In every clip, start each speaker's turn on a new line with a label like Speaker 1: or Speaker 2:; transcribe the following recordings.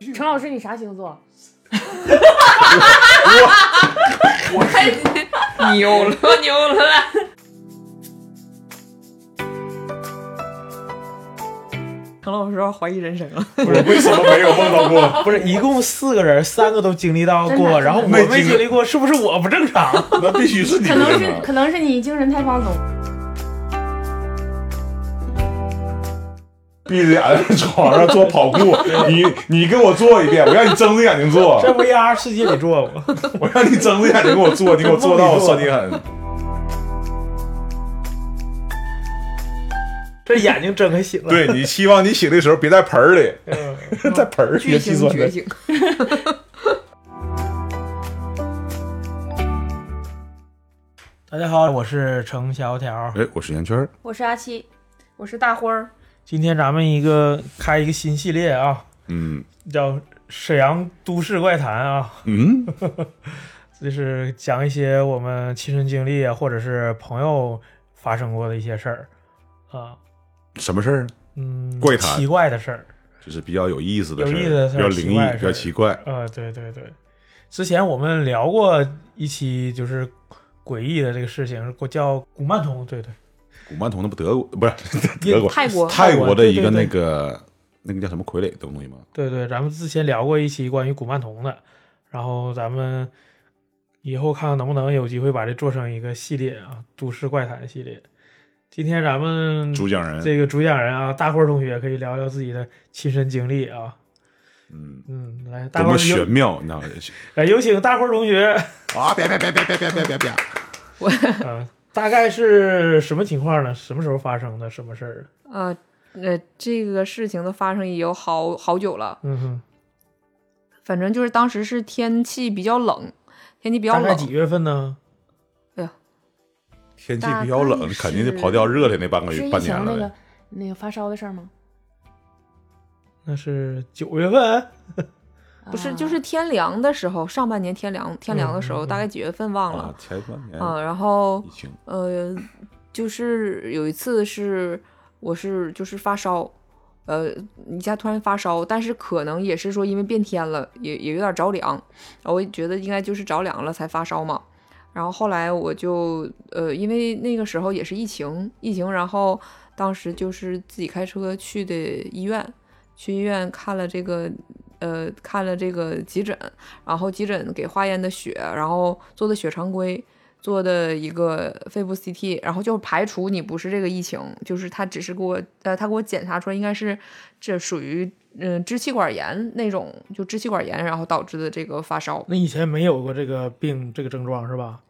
Speaker 1: 去。
Speaker 2: 陈老师，你啥星座？
Speaker 1: 我是
Speaker 3: 牛 了牛了！程老师要怀疑人生了，
Speaker 4: 我为什么没有梦到过？
Speaker 5: 不是，一共四个人，三个都经历到
Speaker 2: 真的
Speaker 5: 过，然后我
Speaker 4: 真的
Speaker 5: 没经历过，是不是我不正常？
Speaker 4: 那必须是 你
Speaker 2: 可
Speaker 4: 不
Speaker 2: 能
Speaker 4: 正
Speaker 2: 是
Speaker 4: 常。
Speaker 2: 可能是你精神太放松。
Speaker 4: 闭着眼在床上做跑酷，你你给我做一遍，我让你睁着眼睛做，
Speaker 5: 这 VR 世界里做过，
Speaker 4: 我让你睁着眼睛给我做，你给我做到，我算你狠。
Speaker 5: 这眼睛睁开醒了。
Speaker 4: 对你期望你醒的时候别在盆儿里，
Speaker 5: 嗯，
Speaker 4: 在盆儿里
Speaker 3: 剧
Speaker 4: 别计
Speaker 3: 情
Speaker 4: 算
Speaker 3: 觉
Speaker 4: 的。
Speaker 3: 醒。
Speaker 5: 大家好，我是程小条。
Speaker 4: 哎，我是圆圈儿，
Speaker 1: 我是阿七，我是大花儿，
Speaker 5: 今天咱们一个开一个新系列啊，
Speaker 4: 嗯
Speaker 5: 叫《沈阳都市怪谈》啊，
Speaker 4: 嗯，
Speaker 5: 就是讲一些我们亲身经历啊，或者是朋友发生过的一些事儿啊，
Speaker 4: 什么事儿呢？
Speaker 5: 嗯，
Speaker 4: 怪谈
Speaker 5: 奇怪的事儿。
Speaker 4: 就是比较有意思的事
Speaker 5: 有意思
Speaker 4: 儿，
Speaker 5: 的
Speaker 4: 比
Speaker 5: 事
Speaker 4: 较
Speaker 5: 儿
Speaker 4: 灵异，比较奇
Speaker 5: 奇
Speaker 4: 怪。
Speaker 5: 啊，对对对，之前我们聊过一期就是诡异的这个事情，叫古曼童，对对，
Speaker 4: 古曼童那不德国不是德国
Speaker 3: 泰国
Speaker 4: 泰国的一个
Speaker 5: 对对对
Speaker 4: 那个那个叫什么傀儡的东西吗？
Speaker 5: 对对，咱们之前聊过一期关于古曼童的，然后咱们以后看看能不能有机会把这做成一个系列啊，都市怪谈系列。今天咱们
Speaker 4: 主讲人，
Speaker 5: 这个主讲人啊，大伙儿同学可以聊聊自己的亲身经历啊。
Speaker 4: 嗯，
Speaker 5: 嗯，
Speaker 4: 多
Speaker 5: 来，大伙
Speaker 4: 么
Speaker 5: 儿
Speaker 4: 玄
Speaker 5: 有
Speaker 4: 妙，你知道 吗？
Speaker 5: 来有请大伙儿同学。
Speaker 4: 啊，别别别别别别别别别！
Speaker 5: 啊，大概是什么情况呢？什么时候发生的？什么事儿？
Speaker 3: 啊，呃，这个事情的发生也有好好久了，
Speaker 5: 嗯哼，
Speaker 3: 反正就是当时是天气比较冷，天气比较
Speaker 5: 大概
Speaker 3: 冷，
Speaker 5: 几月份呢？
Speaker 4: 天气比较
Speaker 3: 大
Speaker 4: 冷
Speaker 3: 概，是
Speaker 4: 肯定得刨掉热的那半个
Speaker 2: 是
Speaker 4: 月
Speaker 2: 疫
Speaker 4: 半
Speaker 2: 情
Speaker 4: 年
Speaker 2: 那
Speaker 4: 了
Speaker 2: 个
Speaker 4: 呗。
Speaker 2: 那个发烧的事儿吗？
Speaker 5: 那是九月份。
Speaker 3: 不是
Speaker 2: 啊
Speaker 3: 就是天凉的时候，上半年天凉天凉的时候，
Speaker 5: 嗯嗯嗯
Speaker 3: 大概几月份忘
Speaker 4: 啊
Speaker 3: 了，
Speaker 4: 前半年
Speaker 3: 啊，然后
Speaker 4: 疫情，
Speaker 3: 呃，就是有一次是我是就是发烧，呃，一下突然发烧，但是可能也是说因为变天了，也也有点着凉，然后我觉得应该就是着凉了才发烧嘛。然后后来我就呃，因为那个时候也是疫情，疫情，然后当时就是自己开车去的医院，去医院看了这个呃看了这个急诊，然后急诊给化验的血，然后做的血常规，做的一个肺部 CT，然后就排除你不是这个疫情，就是他只是给我呃，他给我检查出来应该是这属于嗯、呃支气管炎那种，就支气管炎然后导致的这个发烧。
Speaker 5: 那以前没有过这个病这个症状是吧？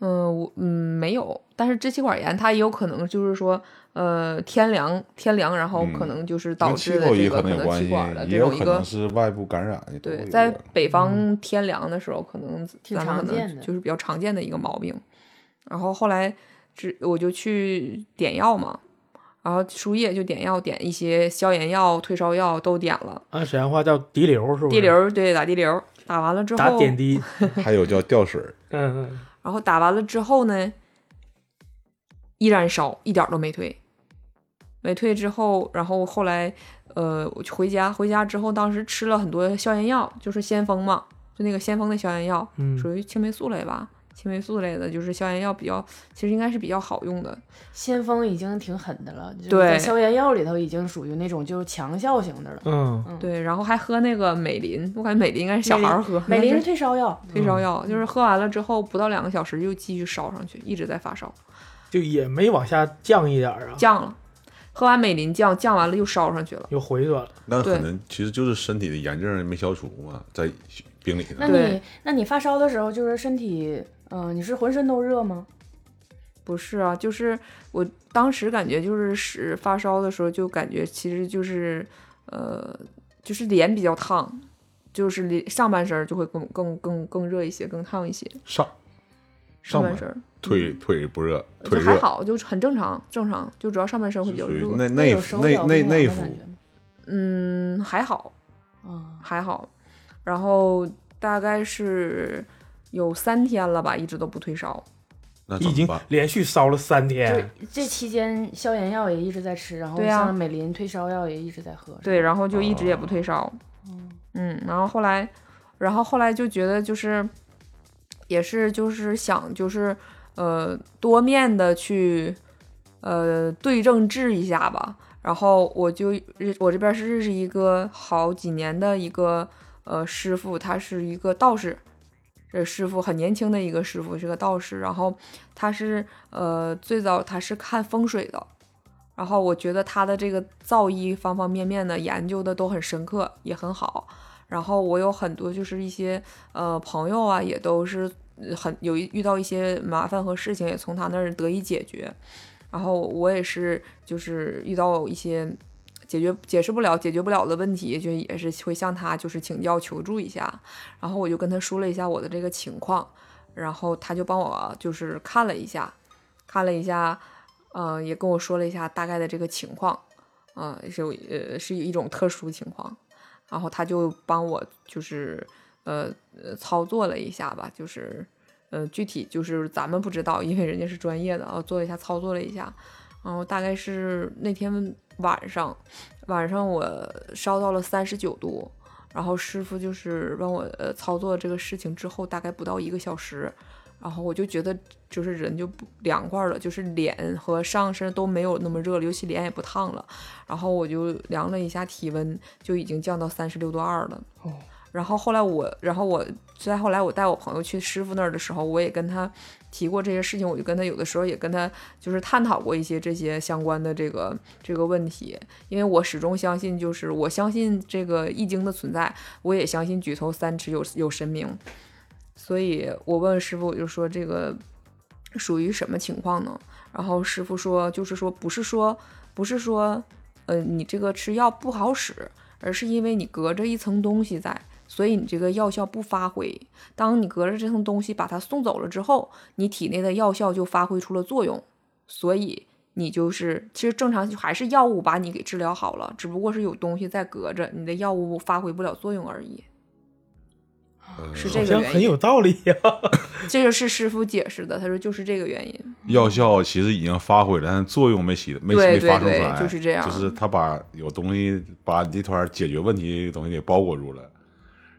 Speaker 3: 嗯，我嗯没有，但是支气管炎它也有可能就是说，呃，天凉天凉，然后可
Speaker 4: 嗯
Speaker 3: 能就是导
Speaker 4: 跟
Speaker 3: 致
Speaker 4: 气
Speaker 3: 的
Speaker 4: 候
Speaker 3: 这
Speaker 4: 也
Speaker 3: 个
Speaker 4: 可
Speaker 3: 可
Speaker 4: 能有
Speaker 3: 能
Speaker 4: 关
Speaker 3: 气
Speaker 4: 系
Speaker 3: 管的，这
Speaker 4: 也有
Speaker 3: 种一
Speaker 4: 可
Speaker 3: 个
Speaker 4: 能是外部感染。也都会
Speaker 3: 对，
Speaker 4: 有嗯
Speaker 3: 在
Speaker 4: 的
Speaker 3: 北方天凉的时候，可能
Speaker 2: 挺
Speaker 3: 咱们
Speaker 2: 常
Speaker 3: 可
Speaker 2: 见
Speaker 3: 能
Speaker 2: 的
Speaker 3: 就是比较常见的一个毛病。然后后来只我就去点药嘛，然后输液就点药，点一些消炎药、退烧药都点了。
Speaker 5: 按沈阳话叫滴流是不是？
Speaker 3: 滴流儿对打滴流儿，打完了之后
Speaker 5: 打点滴。
Speaker 4: 还有叫吊水儿，
Speaker 5: 嗯嗯，
Speaker 3: 然后打完了之后呢，依然烧，一点儿都没退。没退之后，然后后来，呃，我就回家，回家之后，当时吃了很多消炎药，就是先锋嘛，就那个先锋的消炎药，
Speaker 5: 嗯
Speaker 3: 属于青霉素类吧，青霉素类的，就是消炎药比较，其实应该是比较好用的。
Speaker 2: 先锋已经挺狠的了，就是
Speaker 3: 对
Speaker 2: 在消炎药里头已经属于那种就是强效型的了。
Speaker 5: 嗯，
Speaker 3: 对，然后还喝那个美林，我感觉美林应该是小孩儿喝，
Speaker 2: 美林是
Speaker 3: 但是
Speaker 2: 退烧药，
Speaker 3: 退烧药，就是喝完了之后不到两个小时又继续烧上去，一直在发烧。
Speaker 5: 就也没往下降一点儿啊，
Speaker 3: 降了，喝完美林降，降完了又烧上去了。
Speaker 5: 又回转了。
Speaker 4: 那
Speaker 3: 对
Speaker 4: 可能其实就是身体的炎症没消除嘛，在冰里头
Speaker 2: 那
Speaker 3: 对
Speaker 2: 你那你发烧的时候就是身体，嗯、你是浑身都热吗？
Speaker 3: 不是啊，就是我当时感觉就是是发烧的时候，就感觉其实就是呃，就是脸比较烫，就是脸上半身儿就会更更更更热一些，更烫一些。
Speaker 4: 上
Speaker 3: 上
Speaker 4: 上
Speaker 3: 半
Speaker 4: 半
Speaker 3: 身儿
Speaker 4: 腿腿不热，
Speaker 3: 就
Speaker 4: 腿
Speaker 3: 还
Speaker 4: 热
Speaker 3: 好，就很正常，正常，就主要上半身会比较
Speaker 4: 属于
Speaker 3: 热。
Speaker 4: 内
Speaker 2: 那
Speaker 4: 内
Speaker 2: 有手
Speaker 4: 内
Speaker 2: 脚
Speaker 4: 内
Speaker 2: 冰
Speaker 4: 内
Speaker 2: 凉的
Speaker 4: 服
Speaker 2: 感觉吗？
Speaker 3: 嗯，还好
Speaker 2: 啊、
Speaker 3: 还好。然后大概是有三天了吧，一直都不退烧。
Speaker 4: 那怎
Speaker 5: 已
Speaker 4: 么
Speaker 5: 经
Speaker 4: 办？
Speaker 5: 连续烧了三天，
Speaker 2: 就是这期间消炎药也一直在吃，然后
Speaker 3: 对啊
Speaker 2: 像美林退烧药也一直在喝。是吧
Speaker 3: 对，，然后就一直也不退烧。嗯，然后后来，然后后来就觉得就是，也是就是想就是呃多面的去呃对症治一下吧。然后我就认我这边是认识一个好几年的一个呃师傅，他是一个道士。这师傅很年轻的一个师傅是个道士，然后他是呃最早他是看风水的，然后我觉得他的这个造诣方方面面的研究的都很深刻，也很好。然后我有很多就是一些呃朋友啊，也都是呃很有一遇到一些麻烦和事情，也从他那儿得以解决。然后我也是就是遇到一些解决解释不了、解决不了的问题，就也是会向他就是请教求助一下。然后我就跟他说了一下我的这个情况，然后他就帮我就是看了一下，看了一下，呃，也跟我说了一下大概的这个情况，啊、是有呃是一种特殊情况，然后他就帮我就是呃呃操作了一下吧，就是呃具体就是咱们不知道，因为人家是专业的啊，做了一下操作了一下，然后大概是那天晚上，晚上我烧到了三十九度。然后师傅就是让我呃操作这个事情之后，大概不到一个小时，然后我就觉得就是人就不凉快了，就是脸和上身都没有那么热了，尤其脸也不烫了。然后我就量了一下体温，就已经降到三十六度二了。
Speaker 2: 哦。
Speaker 3: 然后后来我，然后我再后来我带我朋友去师傅那儿的时候，我也跟他提过这些事情，我就跟他有的时候也跟他就是探讨过一些这些相关的这个这个问题，因为我始终相信，就是我相信这个易经的存在，我也相信举头三尺有有神明，所以我问师傅，我就说这个属于什么情况呢？然后师傅说，就是说不是说不是说，呃，你这个吃药不好使，而是因为你隔着一层东西在，所以你这个药效不发挥。当你隔着这层东西把它送走了之后，你体内的药效就发挥出了作用，所以。你就是，其实正常就还是药物把你给治疗好了，只不过是有东西在隔着，你的药物发挥不了作用而已。
Speaker 4: 呃
Speaker 3: 是这
Speaker 5: 好
Speaker 3: 个原
Speaker 5: 像
Speaker 3: 因。
Speaker 5: 很有道理呀、啊
Speaker 3: 这个是师傅解释的，他说就是这个原因。
Speaker 4: 药效其实已经发挥了，但是作用没起，没
Speaker 3: 对
Speaker 4: 没
Speaker 3: 对
Speaker 4: 发生出
Speaker 3: 对
Speaker 4: 来，
Speaker 3: 就是这样
Speaker 4: 就是他把有东西把你这团解决问题的东西给包裹住了，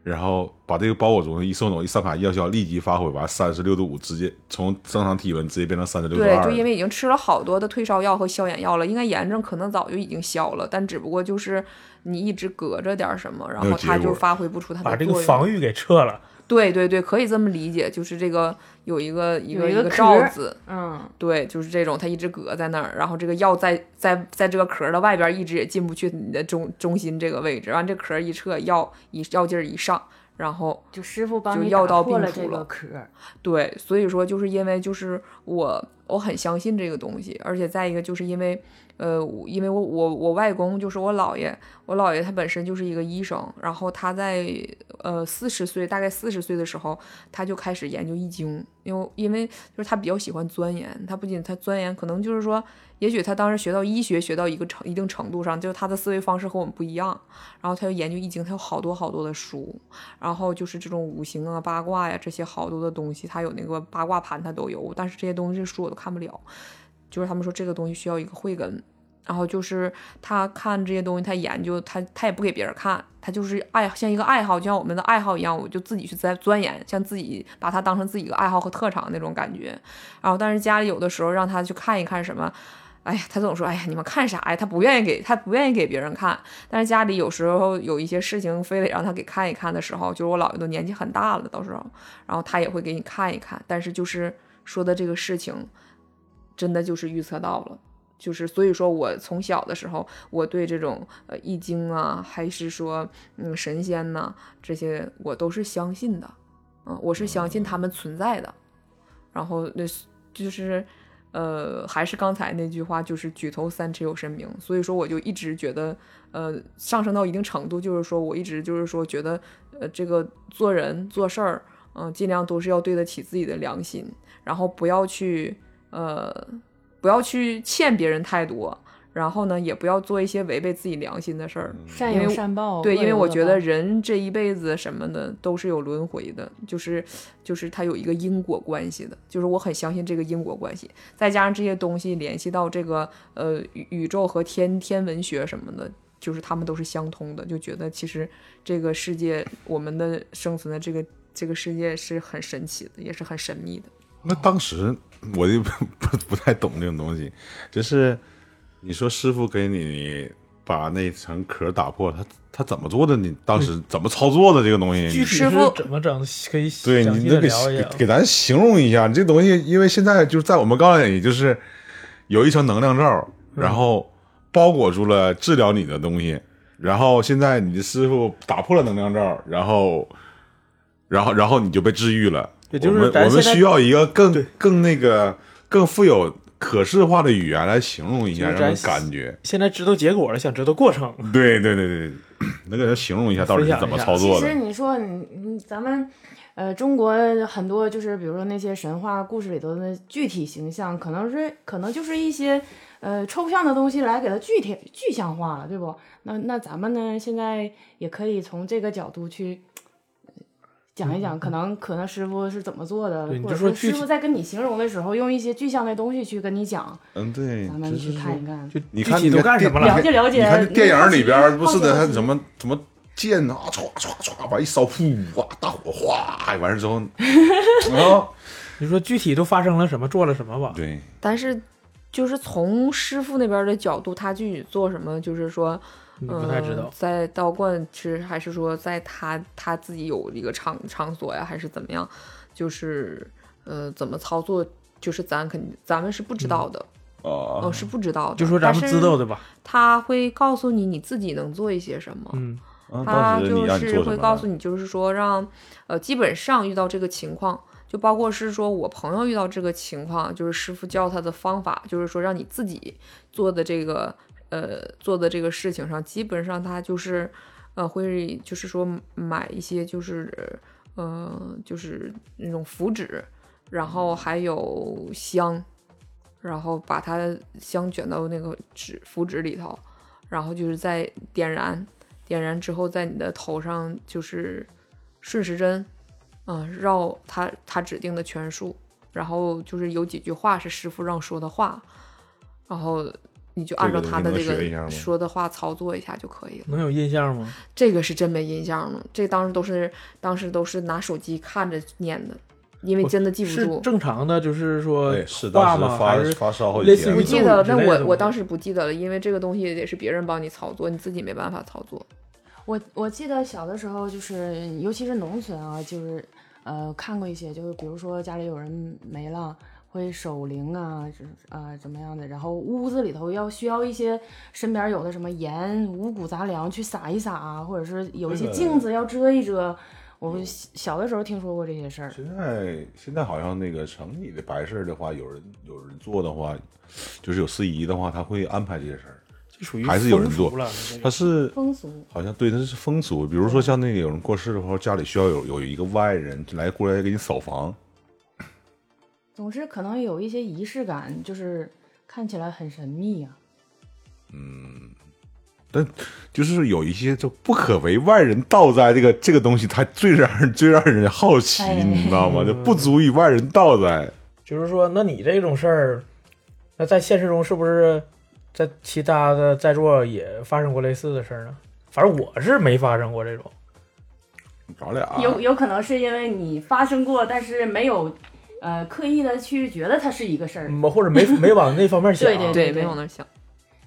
Speaker 4: 然后把这个包裹住一送走，一上卡药效立即发挥，完三十六度五直接从正常体温直接变成三十六度
Speaker 3: 对，就因
Speaker 4: 二。
Speaker 3: 为已经吃了好多的退烧药和消炎药了，应该炎症可能早就已经消了，但只不过就是你一直隔着点儿什么，然
Speaker 4: 没
Speaker 3: 后
Speaker 4: 有结
Speaker 3: 它就
Speaker 4: 果
Speaker 3: 发挥不出它
Speaker 5: 把
Speaker 3: 的
Speaker 5: 这
Speaker 3: 作
Speaker 5: 个
Speaker 3: 用。
Speaker 5: 防御给撤了。
Speaker 3: 对对对，可以这么理解，就是这个有一个一
Speaker 2: 有
Speaker 3: 个
Speaker 2: 一
Speaker 3: 一
Speaker 2: 个
Speaker 3: 个
Speaker 2: 壳
Speaker 3: 罩子，
Speaker 2: 嗯，
Speaker 3: 对，就是这种，它一直搁在那儿，然后这个药在在在这个壳儿的外边儿一直也进不去你的中中心这个位置，完这壳儿一撤，药一药劲儿一上，然后
Speaker 2: 就师傅帮
Speaker 3: 就
Speaker 2: 你
Speaker 3: 药
Speaker 2: 打
Speaker 3: 到
Speaker 2: 破
Speaker 3: 病
Speaker 2: 了
Speaker 3: 除
Speaker 2: 这
Speaker 3: 了
Speaker 2: 个壳儿，
Speaker 3: 对，所以说就是因为就是我我很相信这个东西，而且再一个就是因为呃，我因为我我我外公就是我姥爷，我姥爷他本身就是一个医生，然后他在呃四十岁大概四十岁的时候，他就开始研究易经，因为因为就是他比较喜欢钻研，他不仅他钻研，可能就是说，也许他当时学到医学学到一个程一定程度上，就是他的思维方式和我们不一样，然后他就研究易经，他有好多好多的书，然后就是这种五行啊、八卦呀、这些好多的东西，它有那个八卦盘，它都有，但是这些东西书我都看不了。就是他们说这个东西需要一个慧根，然后就是他看这些东西，他研究，他他也不给别人看，他就是爱像一个爱好，就像我们的爱好一样，我就自己去在钻研，像自己把它当成自己一个爱好和特长那种感觉。然后但是家里有的时候让他去看一看什么。哎呀，他总说，哎呀，你们看啥呀？他不愿意给，他不愿意给别人看。但是家里有时候有一些事情，非得让他给看一看的时候，就是我姥爷都年纪很大了，到时候，然后他也会给你看一看。但是就是说的这个事情，真的就是预测到了，就是所以说我从小的时候，我对这种呃易经啊，还是说嗯神仙呐、这些，我都是相信的，嗯，我是相信他们存在的。然后那是就是。呃，还是刚才那句话，就是举头三尺有神明，所以说我就一直觉得，呃，上升到一定程度，就是说我一直就是说觉得，呃，这个做人做事儿，嗯、尽量都是要对得起自己的良心，然后不要去，呃，不要去欠别人太多，然后呢，也不要做一些违背自己良心的事儿。
Speaker 2: 善
Speaker 3: 因为
Speaker 2: 有
Speaker 3: 我
Speaker 2: 善报。
Speaker 3: 对，
Speaker 2: 恶
Speaker 3: 因为
Speaker 2: 有
Speaker 3: 我
Speaker 2: 恶
Speaker 3: 觉得
Speaker 2: 报
Speaker 3: 哦人这一辈子什么的都是有轮回的，就是就是它有一个因果关系的，就是我很相信这个因果关系，再加上这些东西联系到这个呃宇宇宙和天天文学什么的，就是他们都是相通的，就觉得其实这个世界，我们的生存的这个这个世界是很神奇的，也是很神秘的。
Speaker 4: 那当时我就 不不不太懂这种东西，就是你说师傅给你把那层壳打破，他他怎么做的？你当
Speaker 3: 嗯
Speaker 4: 时怎么操作的这个东
Speaker 5: 具体
Speaker 4: 西？
Speaker 5: 是
Speaker 3: 师傅
Speaker 5: 怎么整？可以
Speaker 4: 嗯对
Speaker 5: 详
Speaker 4: 你
Speaker 5: 细
Speaker 4: 那
Speaker 5: 的
Speaker 4: 给
Speaker 5: 聊一下
Speaker 4: 给。给咱形容一下，你这东西因为现在就是在我们钢里，就是有一层能量罩，
Speaker 5: 嗯
Speaker 4: 然后包裹住了治疗你的东西，然后现在你的师傅打破了能量罩，然后然后然后你就被治愈了。
Speaker 5: 对就是
Speaker 4: 我们
Speaker 5: 咱
Speaker 4: 我们
Speaker 5: 现在
Speaker 4: 需要一个更更那个更富有可视化的语言来形容一下
Speaker 5: 就是
Speaker 4: 这
Speaker 5: 咱
Speaker 4: 种感觉。
Speaker 5: 现在知道结果了，想知道过程。
Speaker 4: 对对对 对，能给他形容一下到底是怎么操
Speaker 2: 其
Speaker 4: 作
Speaker 2: 实
Speaker 4: 的？
Speaker 2: 你说你你咱们，呃，中国很多就是比如说那些神话故事里头的具体形象，可能是可能就是一些呃抽象的东西来给它具体具象化了，对不？那那咱们呢，现在也可以从这个角度去。讲一讲，可能可能师傅是怎么做的，
Speaker 5: 对你
Speaker 2: 或
Speaker 5: 就
Speaker 2: 者
Speaker 5: 说
Speaker 2: 说
Speaker 5: 具
Speaker 2: 师
Speaker 5: 体
Speaker 2: 傅在跟你形容的时候，用一些具象的东西去跟你讲，
Speaker 4: 嗯，对，
Speaker 2: 咱们
Speaker 4: 就是
Speaker 2: 去
Speaker 4: 说
Speaker 2: 看一看。
Speaker 5: 就
Speaker 4: 你看
Speaker 5: 具体都
Speaker 4: 那个
Speaker 5: 干什么
Speaker 4: 电
Speaker 5: 了
Speaker 2: 了？解了解
Speaker 4: 你看这电影里边儿不是的，
Speaker 2: 好奇
Speaker 4: 他怎么怎么剑啊，歘歘歘，完一烧，噗哇，大火哗，哎完事之后， 啊，
Speaker 5: 你说具体都发生了什么，做了什么吧？
Speaker 4: 对，
Speaker 3: 但是，就是从师傅那边的角度，他具体做什么，就是说，
Speaker 5: 你
Speaker 3: 嗯、
Speaker 5: 不太知道。
Speaker 3: 在道观吃，还是说在他他自己有一个场场所呀，还是怎么样？就是，呃，怎么操作？就是咱肯咱们是不知道的，哦、
Speaker 4: 啊，
Speaker 3: 是不知道的。
Speaker 5: 嗯就说咱们知道，的吧。
Speaker 3: 他会告诉你你自己能做一些什么。
Speaker 5: 嗯，
Speaker 4: 啊
Speaker 3: 他
Speaker 4: 当时你
Speaker 3: 就
Speaker 4: 让你
Speaker 3: 是
Speaker 4: 做什
Speaker 3: 会
Speaker 4: 么
Speaker 3: 告诉
Speaker 4: 了？
Speaker 3: 你，就是说让，呃，基本上遇到这个情况，就包括是说我朋友遇到这个情况，就是师傅教他的方法，就是说让你自己做的这个，呃，做的这个事情上，基本上他就是，呃，会就是说买一些就是，呃，就是那种符纸，然后还有香，然后把它香卷到那个纸符纸里头，然后就是再点燃，点燃之后在你的头上就是顺时针，嗯、绕他他指定的圈数，然后就是有几句话是师傅让说的话，然后你就按照他的
Speaker 4: 这个
Speaker 3: 这
Speaker 4: 能学一下吗
Speaker 3: 个说的话操作一下就可以了。
Speaker 5: 能有印象吗？
Speaker 3: 这个是真没印象了，这当时都是当时都是拿手机看着念的，因为
Speaker 5: 不
Speaker 3: 真的记不
Speaker 5: 是
Speaker 3: 住。
Speaker 5: 正常的，就是说
Speaker 4: 哎，是
Speaker 5: 话
Speaker 4: 当时
Speaker 5: 吗？还
Speaker 4: 发
Speaker 5: 是
Speaker 4: 发烧好
Speaker 5: 类
Speaker 4: 几
Speaker 5: 似于
Speaker 4: 天
Speaker 3: 不记得了，
Speaker 4: 了，
Speaker 5: 这种之
Speaker 3: 那
Speaker 5: 类的
Speaker 3: 我
Speaker 5: 东
Speaker 3: 我
Speaker 5: 西
Speaker 3: 当时不记得了，因为这个东西也是别人帮你操作，你自己没办法操作。
Speaker 2: 我我记得小的时候，就是尤其是农村啊，就是呃看过一些，就是比如说家里有人没了，会守灵啊，这呃怎么样的，然后屋子里头要需要一些身边有的什么盐、五谷杂粮去撒一撒啊，或者是有一些
Speaker 4: 对
Speaker 2: 镜子要遮一遮。我小小的时候听说过这些事儿，
Speaker 4: 现在现在好像那个城里的白事儿的话，有人有人做的话，就是有司仪的话，他会安排这些事儿。
Speaker 5: 这属于
Speaker 4: 还是有人做
Speaker 5: 风俗了。
Speaker 4: 他是
Speaker 2: 风俗
Speaker 4: 好像对，它是风俗。比如说像那个有人过世的话，家里需要有有一个外人来过来给你扫房。
Speaker 2: 总之可能有一些仪式感，就是看起来很神秘啊。
Speaker 4: 就是有一些就不可为外人道哉，这个这个东西，它最让人最让人好奇，
Speaker 2: 哎
Speaker 4: 你知道吗？就不足以外人道哉。
Speaker 5: 就是说，那你这种事儿，那在现实中是不是在其他的在座也发生过类似的事儿呢？反正我是没发生过这种。
Speaker 4: 咱俩啊
Speaker 5: 啊
Speaker 2: 有有可能是因为你发生过，但是没有，呃，刻意的去觉得它是一个事儿。
Speaker 5: 嗯，或者没没往那方面想。
Speaker 2: 对嗯对
Speaker 3: 没往那儿想。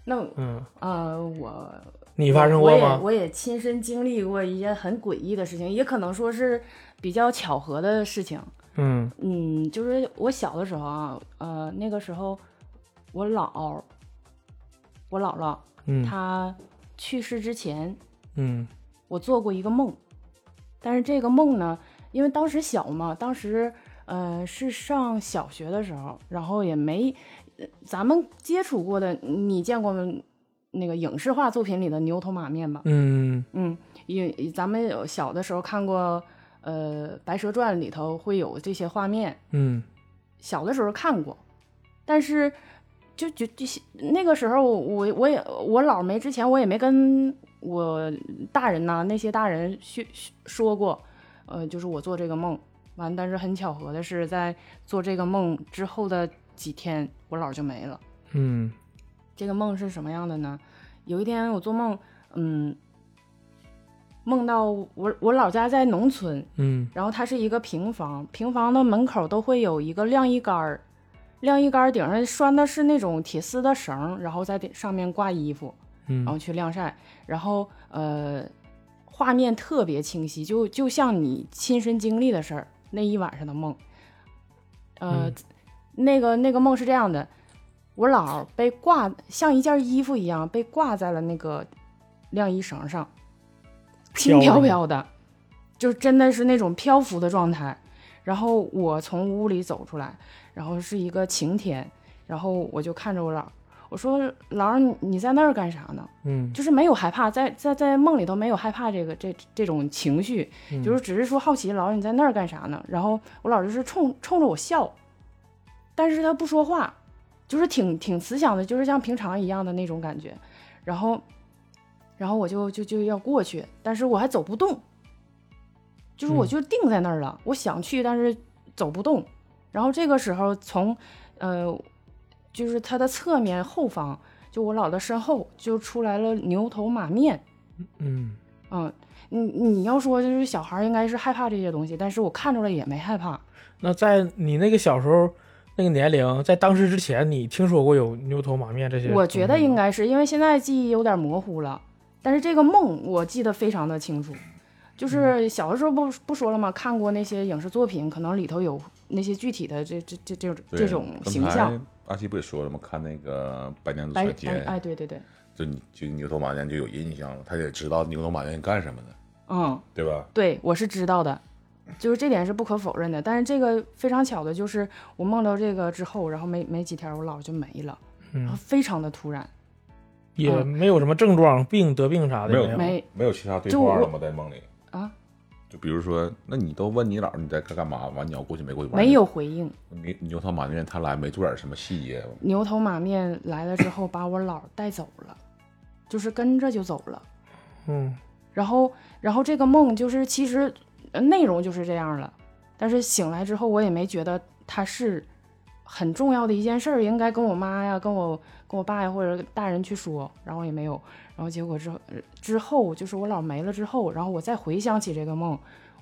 Speaker 2: 那
Speaker 5: 嗯，
Speaker 2: 呃，我
Speaker 5: 你发生过吗？
Speaker 2: 我也我也亲身经历过一些很诡异的事情，也可能说是比较巧合的事情。
Speaker 5: 嗯，
Speaker 2: 嗯，就是我小的时候啊，呃，那个时候我姥，我姥姥
Speaker 5: 嗯
Speaker 2: 她去世之前，
Speaker 5: 嗯
Speaker 2: 我做过一个梦，但是这个梦呢，因为当时小嘛，当时呃是上小学的时候，然后也没、呃咱们接触过的，你见过那个影视化作品里的牛头马面吧？
Speaker 5: 嗯
Speaker 2: 嗯，因咱们有小的时候看过，呃，《白蛇传》里头会有这些画面，
Speaker 5: 嗯
Speaker 2: 小的时候看过，但是就就就那个时候我我也我姥儿没之前我也没跟我大人呐、那些大人去去说过，呃，就是我做这个梦完，但是很巧合的是，在做这个梦之后的几天，我姥儿就没了。
Speaker 5: 嗯
Speaker 2: 这个梦是什么样的呢？有一天我做梦，嗯，梦到我我老家在农村，
Speaker 5: 嗯
Speaker 2: 然后它是一个平房，平房的门口都会有一个晾衣杆儿，晾衣杆儿顶上拴的是那种铁丝的绳儿，然后在顶上面挂衣服，
Speaker 5: 嗯
Speaker 2: 然后去晾晒，然后呃，画面特别清晰，就就像你亲身经历的事儿，那一晚上的梦，呃，
Speaker 5: 嗯
Speaker 2: 那个那个梦是这样的，我姥儿被挂像一件衣服一样被挂在了那个晾衣绳上，轻
Speaker 5: 飘
Speaker 2: 飘
Speaker 5: 着
Speaker 2: 飘的，就真的是那种漂浮的状态。然后我从屋里走出来，然后是一个晴天，然后我就看着我姥儿，我说：“姥儿，你你在那儿干啥呢？”
Speaker 5: 嗯，
Speaker 2: 就是没有害怕，在在在梦里头没有害怕这个这这种情绪，
Speaker 5: 嗯
Speaker 2: 就是只是说好奇，老师你在那儿干啥呢？然后我老师是冲冲着我笑，但是他不说话，就是挺挺慈祥的，就是像平常一样的那种感觉。然后，然后我就就就要过去，但是我还走不动，就是我
Speaker 5: 嗯
Speaker 2: 就定在那儿了，我想去，但是走不动。然后这个时候从，呃，就是他的侧面后方，就我姥的身后就出来了牛头马面，
Speaker 5: 嗯
Speaker 2: 嗯，你你要说就是小孩儿应该是害怕这些东西，但是我看出来也没害怕，
Speaker 5: 那在你那个小时候那个年龄，在当时之前，你听说过有牛头马面这些？嗯
Speaker 2: 我觉得应，该是因为现在记忆有点模糊了，但是这个梦我记得非常的清楚，
Speaker 5: 嗯
Speaker 2: 就是小的时候不不说了吗？看过那些影视作品，可能里头有那些具体的这这这这种
Speaker 4: 对
Speaker 2: 这种
Speaker 4: 刚
Speaker 2: 形
Speaker 4: 才
Speaker 2: 象。
Speaker 4: 阿西不也说了吗？看那个《白娘子
Speaker 2: 白
Speaker 4: 传
Speaker 2: 白
Speaker 4: 奇》，
Speaker 2: 哎，对对对，
Speaker 4: 就你就牛头马面就有印象了，他得知道牛头马面干什么的，
Speaker 2: 嗯，
Speaker 4: 对吧？
Speaker 2: 对我是知道的，就是这点是不可否认的。但是这个非常巧的就是我梦到这个之后，然后没没几天我姥就没了，然后
Speaker 5: 嗯，
Speaker 2: 非常的突然，
Speaker 5: 也没有什么症状，病得病啥的
Speaker 4: 没有
Speaker 2: 嗯
Speaker 5: 有。
Speaker 2: 没
Speaker 4: 没有其他对
Speaker 2: 就
Speaker 4: 话
Speaker 2: 我
Speaker 4: 了吗？在梦里
Speaker 2: 啊？
Speaker 4: 就比如说，那你都问你姥儿你在干干嘛？完你要过去没过去玩？
Speaker 2: 没有回应。
Speaker 4: 牛牛头马面他来没做点什么细节吗？
Speaker 2: 牛头马面来了之后，把我姥儿带走了， 就是跟着就走了。
Speaker 5: 嗯
Speaker 2: 然后，然后这个梦就是其实呃内容就是这样了，但是醒来之后我也没觉得它是很重要的一件事儿，应该跟我妈呀、跟我跟我爸呀或者大人去说，然后也没有。然后结果之后呃之后就是我姥没了之后，然后我再回想起这个梦，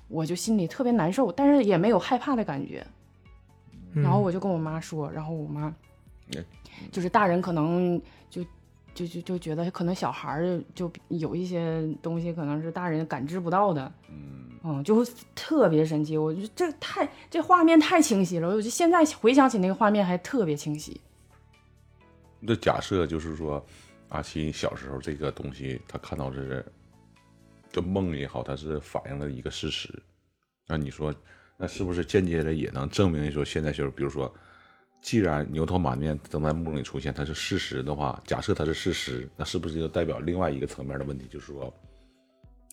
Speaker 2: 我就心里特别难受，但是也没有害怕的感觉。
Speaker 5: 嗯
Speaker 2: 然后我就跟我妈说，然后我妈
Speaker 4: 嗯
Speaker 2: 就是大人可能就就就就觉得可能小孩儿就有一些东西可能是大人感知不到的，
Speaker 4: 嗯，
Speaker 2: 嗯，就会特别神奇。我就这太这画面太清晰了，我就现在回想起那个画面还特别清晰。
Speaker 4: 这假设就是说，阿七小时候这个东西他看到这是，这梦也好，它是反映了一个事实。那你说，那是不是间接的也能证明说，现在就是比如说，既然牛头马面正在梦里出现，它是事实的话，假设它是事实，那是不是就代表另外一个层面的问题，就是说，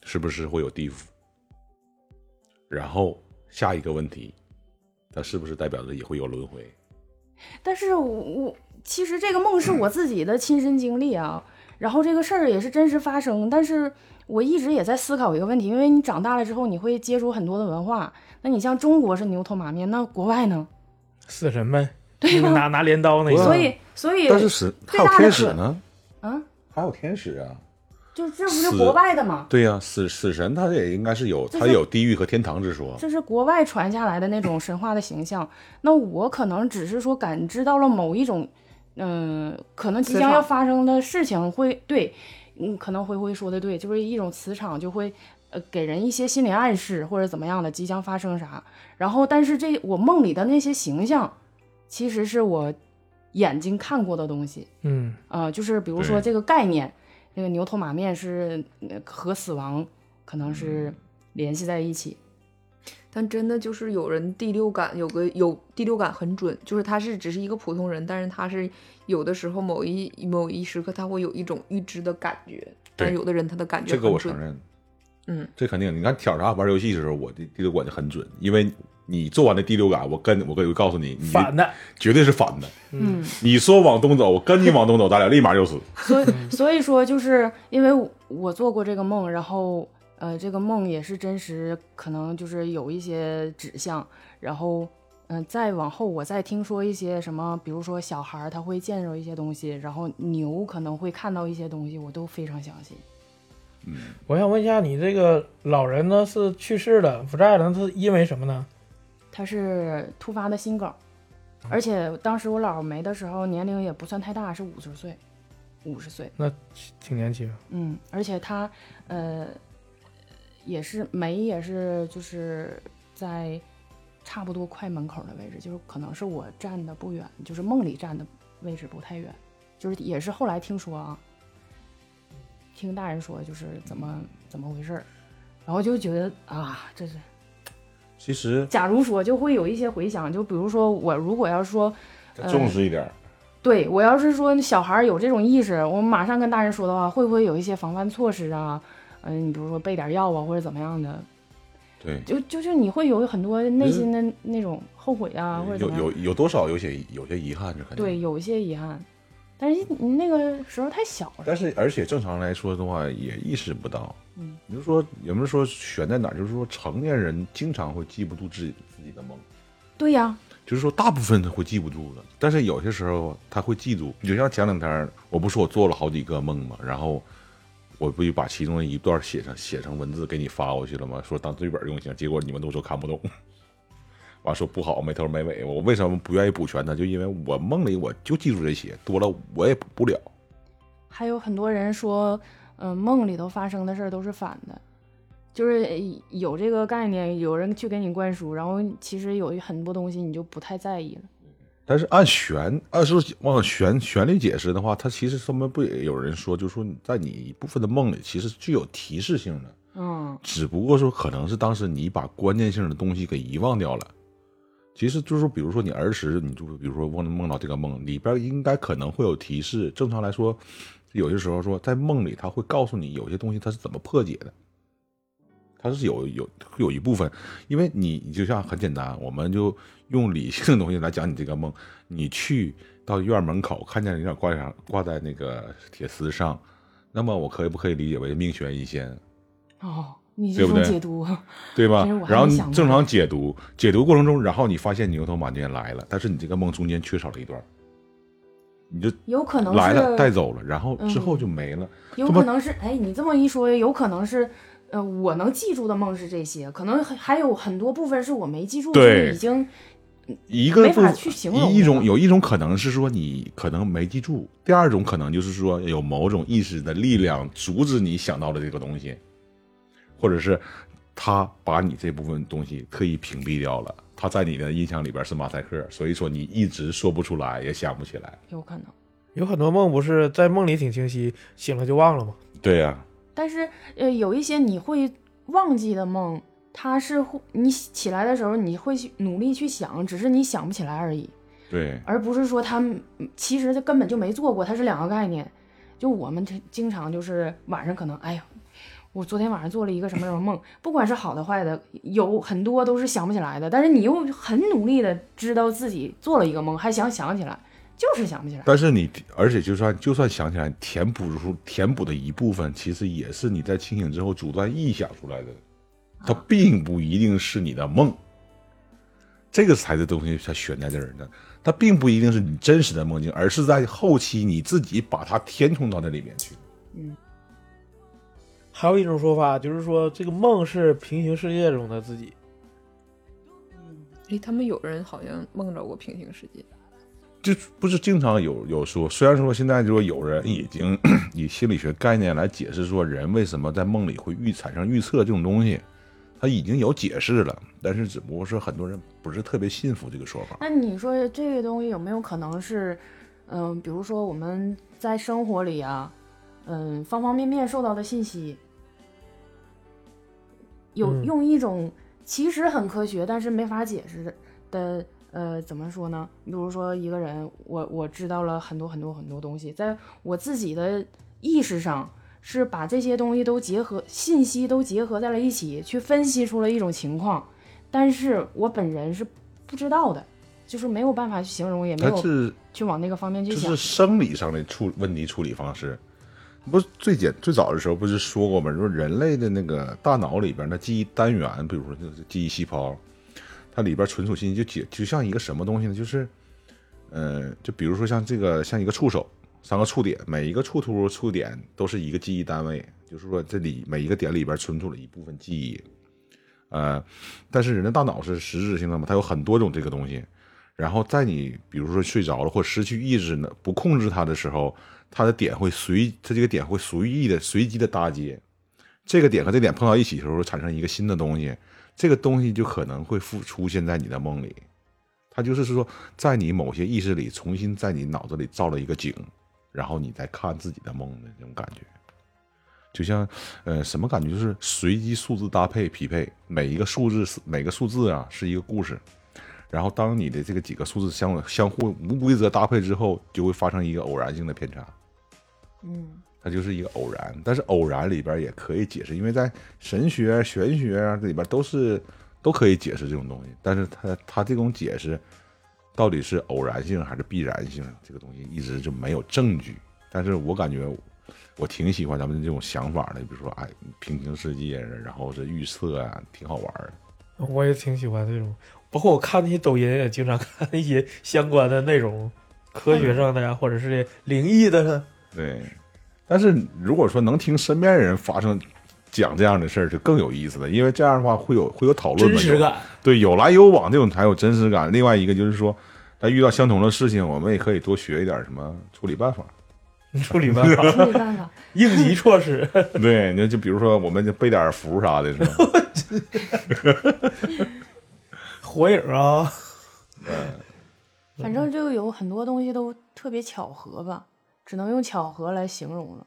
Speaker 4: 是不是会有地府？然后下一个问题，它是不是代表着也会有轮回？
Speaker 2: 但是我我其实这个梦是我自己的亲身经历啊，然后这个事儿也是真实发生，但是我一直也在思考一个问题，因为你长大了之后你会接触很多的文化，那你像中国是牛头马面，那国外呢？
Speaker 5: 死 神呗，对拿拿镰刀那一
Speaker 4: 对啊
Speaker 5: 段，
Speaker 2: 所以所以
Speaker 4: 但是神还
Speaker 2: 最
Speaker 4: 有
Speaker 2: 大的
Speaker 4: 天
Speaker 2: 可
Speaker 4: 使呢？
Speaker 2: 啊，
Speaker 4: 还有天使啊？
Speaker 2: 就这不是
Speaker 4: 死
Speaker 2: 国外的吗？
Speaker 4: 对呀、死死神他也应该是有，
Speaker 2: 这
Speaker 4: 他
Speaker 2: 是
Speaker 4: 有地狱和天堂之说。
Speaker 2: 这是国外传下来的那种神话的形象。 那我可能只是说感知到了某一种，嗯、可能即
Speaker 3: 磁
Speaker 2: 将要
Speaker 3: 场
Speaker 2: 发生的事情会对，嗯，可能灰灰说的对，就是一种磁场就会。呃，给人一些心理暗示或者怎么样的，即将发生啥。然后，但是这我梦里的那些形象，其实是我眼睛看过的东西。
Speaker 5: 嗯
Speaker 2: 呃，就是比如说
Speaker 4: 对
Speaker 2: 这个概念，那个牛头马面是呃和死亡可能是联系在一起。
Speaker 3: 但真的就是有人第六感有个有第六感很准，就是他是只是一个普通人，但是他是有的时候某一某一时刻他会有一种预知的感觉，但
Speaker 4: 对
Speaker 3: 有的人他的感觉
Speaker 4: 这个我
Speaker 3: 很准
Speaker 4: 承，认，
Speaker 3: 嗯，
Speaker 4: 这肯定。你看挑啥玩游戏的时候，我的第六感就很准，因为你做完的第六感，我跟我跟我告诉你，你
Speaker 5: 反的，
Speaker 4: 绝对是反的。
Speaker 2: 嗯，
Speaker 4: 你说往东走，我跟你往东走，咱俩立马就死。
Speaker 2: 所以所以说，就是因为我我做过这个梦，然后呃，这个梦也是真实，可能就是有一些指向，然后。嗯、再往后我再听说一些什么，比如说小孩儿他会见着一些东西，然后牛可能会看到一些东西，我都非常相信。
Speaker 6: 嗯，
Speaker 5: 我想问一下，你这个老人呢是去世了，不在了，那是因为什么呢？
Speaker 2: 它是突发的心梗，而且当时我姥儿没的时候年龄也不算太大，是五十岁，五十岁，
Speaker 5: 挺年轻，
Speaker 2: 嗯，而且她呃也是没也是就是在差不多快门口的位置，就是可能是我站的不远，就是梦里站的位置不太远，就是也是后来听说啊，听大人说就是怎么怎么回事儿，然后就觉得啊，这是
Speaker 4: 其实
Speaker 2: 假如说就会有一些回想，就比如说我如果要说，呃
Speaker 4: 重视一点儿，
Speaker 2: 对我要是说小孩儿有这种意识，我马上跟大人说的话，会不会有一些防范措施啊？嗯、你比如说备点药啊，或者怎么样的，
Speaker 4: 对，
Speaker 2: 就就是你会有很多内心的那种后悔啊，或者怎
Speaker 4: 嗯有嗯
Speaker 2: 么样
Speaker 4: 有。有多少有些有些遗憾是肯定。
Speaker 2: 对，，有一些遗憾，但是你那个时候太小了。
Speaker 4: 但是而且正常来说的话，也意识不到。
Speaker 2: 嗯，
Speaker 4: 你就说有没有说悬在哪儿？就是说成年人经常会记不住自己自己的梦，
Speaker 2: 对呀、
Speaker 4: 就是说大部分他会记不住的，但是有些时候他会记住。你就像前两天儿，我不是我做了好几个梦嘛，然后我不就把其中的一段写成写成文字给你发过去了吗？说当对本儿用行，结果你们都说看不懂，完说不好，没头没尾。我为什么不愿意补全它？就因为我梦里我就记住这些，多了我也补不了。
Speaker 2: 还有很多人说，嗯、梦里头发生的事儿都是反的，就是呃有这个概念，有人去给你灌输，然后其实有很多东西你就不太在意了。
Speaker 4: 但是按旋，按说往旋旋律解释的话，它其实他们不也有人说，就说你在你一部分的梦里，其实具有提示性的，
Speaker 2: 嗯，
Speaker 4: 只不过说可能是当时你把关键性的东西给遗忘掉了。其实就是说，比如说你儿时，你就比如说梦梦到这个梦里边应该可能会有提示。正常来说，有些时候说在梦里，他会告诉你有些东西它是怎么破解的，它是有有有一部分，因为你你就像很简单，我们就用理性的东西来讲你这个梦。你去到院门口看见有点挂上挂在那个铁丝上，那么我可以不可以理解为命悬一线？
Speaker 2: 哦，你
Speaker 4: 对
Speaker 2: 这
Speaker 4: 不
Speaker 2: 种
Speaker 4: 对
Speaker 2: 解读，啊
Speaker 4: 对吧
Speaker 2: 其实我？还
Speaker 4: 然后
Speaker 2: 没
Speaker 4: 你
Speaker 2: 想过
Speaker 4: 正常解读，解读过程中，然后你发现牛头马面来了，但是你这个梦中间缺少了一段，你就
Speaker 2: 有可能
Speaker 4: 来了带
Speaker 2: 是，嗯
Speaker 4: 走了，然后之后就没了。
Speaker 2: 有
Speaker 4: 这么
Speaker 2: 可能是，哎，你这么一说，有可能是。呃，我能记住的梦是这些，可能还还有很多部分是我没记住，就是
Speaker 4: 对
Speaker 2: 已经
Speaker 4: 一个
Speaker 2: 没
Speaker 4: 部
Speaker 2: 法去形容
Speaker 4: 一一
Speaker 2: 它
Speaker 4: 种有一种可能是说你可能没记住，第二种可能就是说有某种意识的力量阻止你想到了这个东西，或者是他把你这部分东西特意屏蔽掉了。他在你的印象里边是马赛克，所以说你一直说不出来，也想不起来。
Speaker 2: 有可能。
Speaker 5: 有很多梦不是在梦里挺清晰，醒了就忘了吗？
Speaker 4: 对呀、
Speaker 2: 但是呃，有一些你会忘记的梦，它是会你起来的时候你会去努力去想，只是你想不起来而已，
Speaker 4: 对，
Speaker 2: 而不是说他们其实他根本就没做过，它是两个概念。就我们这经常就是晚上可能，哎呀，我昨天晚上做了一个什么什么梦，不管是好的坏的，有很多都是想不起来的。但是你又很努力的知道自己做了一个梦，还想想起来，就是想不起来。
Speaker 4: 但是你，而且就算就算想起来，填补出填补的一部分，其实也是你在清醒之后主观臆想出来的，
Speaker 2: 啊
Speaker 4: 它并不一定是你的梦。这个才是东西才悬在这儿呢，它并不一定是你真实的梦境，而是在后期你自己把它填充到那里面去。
Speaker 5: 还有一种说法就是说，这个梦是平行世界中的自己。
Speaker 3: 诶，他们有人好像梦着过平行世界，
Speaker 4: 就不是经常有有说，虽然说现在就说有人已经 以心理学概念来解释说人为什么在梦里会预产生预测这种东西，他已经有解释了，但是只不过是很多人不是特别信服这个说法。
Speaker 2: 那你说这个东西有没有可能是，嗯、比如说我们在生活里啊，嗯、方方面面受到的信息，有
Speaker 5: 嗯
Speaker 2: 用一种其实很科学，但是没法解释的，呃，怎么说呢？比如说一个人，我我知道了很多很多很多东西，在我自己的意识上。是把这些东西都结合信息都结合在了一起，去分析出了一种情况，但是我本人是不知道的，就是没有办法去形容，也没
Speaker 4: 它
Speaker 2: 有
Speaker 4: 是
Speaker 2: 去往那个方面去
Speaker 4: 这
Speaker 2: 想
Speaker 4: 是。生理上的处问题处理方式。不是最简最早的时候不是说过吗？说人类的那个大脑里边的记忆单元，比如说就是记忆细胞，它里边存储信息就解就像一个什么东西呢？就是，呃，就比如说像这个像一个触手，三个触点，每一个触突触点都是一个记忆单位，就是说这里每一个点里边存储了一部分记忆，呃，但是人的大脑是实质性的嘛，它有很多种这个东西，然后在你比如说睡着了或失去意志呢，不控制它的时候，它的点会随它这个点会随意的随机的搭接，这个点和这点碰到一起的时候，产生一个新的东西，这个东西就可能会复出现在你的梦里，它就是说在你某些意识里重新在你脑子里造了一个景，然后你再看自己的梦的那种感觉。就像，呃，什么感觉？就是随机数字搭配匹配，每一个数字是每个数字啊是一个故事，然后当你的这个几个数字相相互无规则搭配之后，就会发生一个偶然性的偏差。
Speaker 2: 嗯，
Speaker 4: 它就是一个偶然，但是偶然里边也可以解释，因为在神学、玄学啊这里边都是都可以解释这种东西，但是它它这种解释到底是偶然性还是必然性，这个东西一直就没有证据。但是我感觉我挺喜欢咱们这种想法的，比如说哎，平行世界，然后是预测啊，挺好玩的。
Speaker 5: 我也挺喜欢这种，包括我看那些抖音也经常看一些相关的内容，科学上的呀，或者是灵异的呢。
Speaker 4: 对，但是如果说能听身边人发生讲这样的事儿，就更有意思了，因为这样的话会有会有讨论嘛
Speaker 5: 真实
Speaker 4: 有
Speaker 5: 感，
Speaker 4: 对，有来有往这种才有真实感。另外一个就是说，在遇到相同的事情，我们也可以多学一点什么处理办 法。
Speaker 5: 处理办 法，
Speaker 2: 没办法，
Speaker 5: 应急措施。
Speaker 4: 对，你就比如说，我们就备点符啥的，是 吧？
Speaker 5: 火影啊，
Speaker 2: 反
Speaker 4: 嗯
Speaker 2: 正就有很多东西都特别巧合吧，只能用巧合来形容了。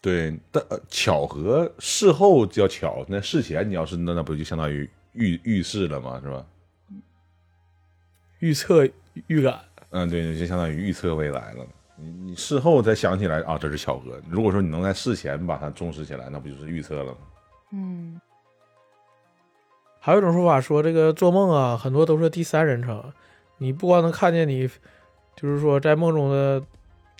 Speaker 4: 对，但、呃巧合事后叫巧，那事前你要是那那不就相当于预预示了嘛，是吧？
Speaker 5: 预测预感，
Speaker 4: 嗯，对，就相当于预测未来了。你你事后再想起来啊，这是巧合。如果说你能在事前把它重视起来，那不就是预测了吗？
Speaker 2: 嗯，
Speaker 5: 还有一种说法说，这个做梦啊，很多都是第三人称，你不光能看见你，就是说在梦中的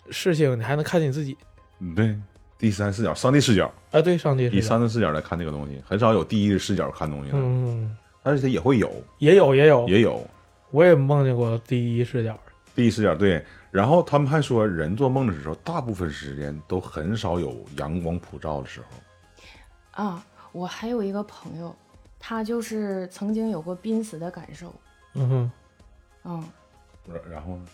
Speaker 5: 事情，你还能看见你自己。
Speaker 4: 嗯，对，第三视角，上帝视角，
Speaker 5: 啊，对，上帝
Speaker 4: 以
Speaker 5: 视角
Speaker 4: 上帝视角来看这个东西，很少有第一视角看东西的。
Speaker 5: 嗯，哦
Speaker 4: 但是它也会有，
Speaker 5: 也有也有，
Speaker 4: 也有
Speaker 5: 我也梦见过第一视角。
Speaker 4: 第一视角对。然后他们还说，人做梦的时候，大部分时间都很少有阳光普照的时候。
Speaker 2: 啊，我还有一个朋友，他就是曾经有过濒死的感受，
Speaker 5: 嗯哼，
Speaker 2: 嗯，
Speaker 4: 然然后呢，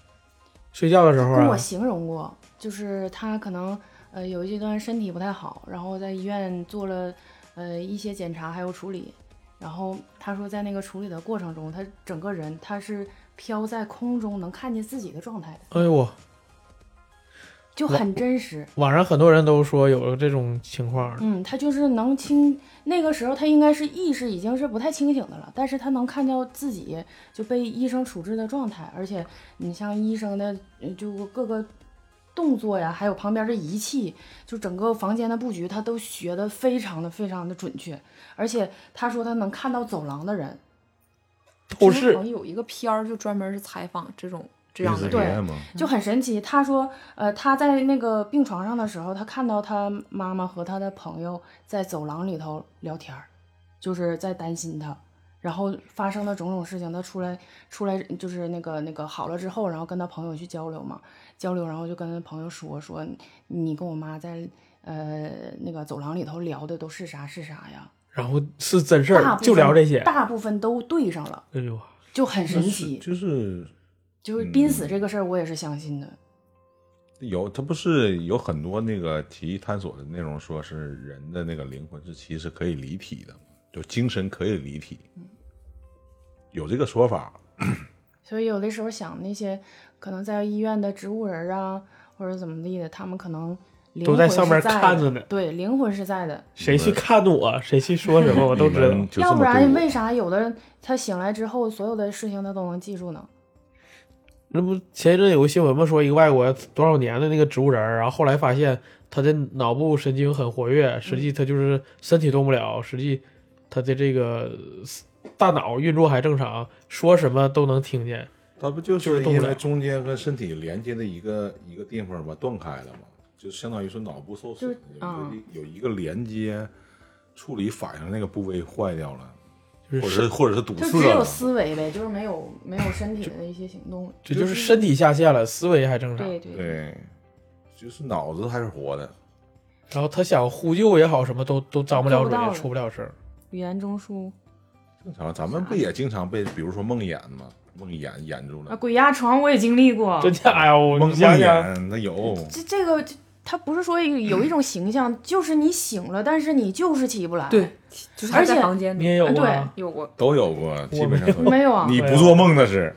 Speaker 5: 睡觉的时候
Speaker 2: 跟我
Speaker 5: 啊，
Speaker 2: 形容过，就是他可能呃有一段身体不太好，然后在医院做了呃一些检查还有处理，然后他说在那个处理的过程中，他整个人他是飘在空中能看见自己的状态的，
Speaker 5: 哎呦我，
Speaker 2: 就很真实。
Speaker 5: 网上很多人都说有这种情况，
Speaker 2: 嗯，他就是能清，那个时候他应该是意识已经是不太清醒的了，但是他能看到自己就被医生处置的状态，而且你像医生的呃就各个动作呀，还有旁边的仪器，就整个房间的布局，他都学的非常的非常的准确，而且他说他能看到走廊的人，
Speaker 5: 透
Speaker 3: 之前
Speaker 5: 视
Speaker 3: 好像有一个片儿就专门是采访这种这样
Speaker 4: 濒
Speaker 3: 的
Speaker 4: 死
Speaker 3: 人
Speaker 4: 体
Speaker 2: 对
Speaker 4: 验嘛，
Speaker 2: 就很神奇。他说，呃，他在那个病床上的时候，他看到他妈妈和他的朋友在走廊里头聊天儿，就是在担心他。然后发生的种种事情，他出来出来就是那个那个好了之后，然后跟他朋友去交流嘛，交流，然后就跟他朋友说说你跟我妈在呃那个走廊里头聊的都是啥是啥呀？
Speaker 5: 然后是真事
Speaker 2: 大
Speaker 5: 儿，
Speaker 2: 部分
Speaker 5: 就聊这些。
Speaker 2: 大部分都对上了，
Speaker 5: 哎呦，
Speaker 2: 就很神
Speaker 4: 是
Speaker 2: 奇。
Speaker 4: 就是
Speaker 2: 就是濒
Speaker 5: 嗯
Speaker 2: 死这个事儿，我也是相信的。
Speaker 4: 有，它不是有很多那个奇异探索的内容，说是人的那个灵魂是其实可以离体的，就精神可以离体，有这个说法。
Speaker 2: 所以有的时候想那些可能在医院的植物人啊，或者怎么地的，他们可能灵
Speaker 5: 都
Speaker 2: 魂
Speaker 5: 在
Speaker 2: 是
Speaker 5: 上面
Speaker 2: 的
Speaker 5: 看着呢
Speaker 2: 对，灵魂是在的。
Speaker 5: 谁去看我，谁去说什么，我都知道。
Speaker 4: 就
Speaker 2: 要
Speaker 4: 这
Speaker 2: 不
Speaker 4: 么
Speaker 2: 然为
Speaker 4: 对我，
Speaker 2: 啥有的人他醒来之后，所有的事情他都能记住呢？
Speaker 5: 那不前一阵有个新闻嘛，说一个外国多少年的那个植物人儿，然后后来发现他的脑部神经很活跃，实际他就是身体动不了，实际他的这个呃大脑运作还正常，说什么都能听见。
Speaker 4: 它不就
Speaker 5: 就是
Speaker 4: 是
Speaker 5: 动不
Speaker 4: 因为
Speaker 5: 了
Speaker 4: 中间跟身体连接的一个一个地方吧断开了嘛，就相当于是脑部受损，有一个
Speaker 2: 嗯
Speaker 4: 有一个连接处理反应的那个部位坏掉了，
Speaker 5: 就
Speaker 4: 或
Speaker 5: 是
Speaker 4: 者是或者是堵
Speaker 2: 就
Speaker 4: 塞
Speaker 2: 只有
Speaker 4: 了。
Speaker 2: 思维呗，就是没有没有身体的一些行动。
Speaker 5: 这就是身体下线了，思维还正常。
Speaker 2: 对对，
Speaker 4: 对，就是脑子还是活的，
Speaker 5: 然后他想呼救也好，什么都都张不了
Speaker 2: 做不
Speaker 5: 嘴，
Speaker 2: 到
Speaker 5: 也
Speaker 2: 了
Speaker 5: 出不了声儿。
Speaker 2: 语言中枢
Speaker 4: 正常，咱们不也经常被，比如说梦魇吗？梦魇演住
Speaker 2: 啊，
Speaker 4: 了，
Speaker 2: 鬼压床我也经历
Speaker 4: 啊
Speaker 2: 过，
Speaker 5: 真假呀？我
Speaker 4: 梦
Speaker 5: 你
Speaker 4: 梦
Speaker 5: 想想，
Speaker 4: 魇那有，
Speaker 2: 这这个它不是说有一种形象，就是你醒了，但是你就是起不来，
Speaker 3: 对，就是他
Speaker 2: 而且
Speaker 3: 在房间
Speaker 5: 你
Speaker 3: 里
Speaker 5: 也有
Speaker 2: 啊
Speaker 5: 过啊，
Speaker 2: 对
Speaker 3: 有过，
Speaker 4: 都有过，基本上都
Speaker 2: 没有啊，
Speaker 4: 你不做梦那是，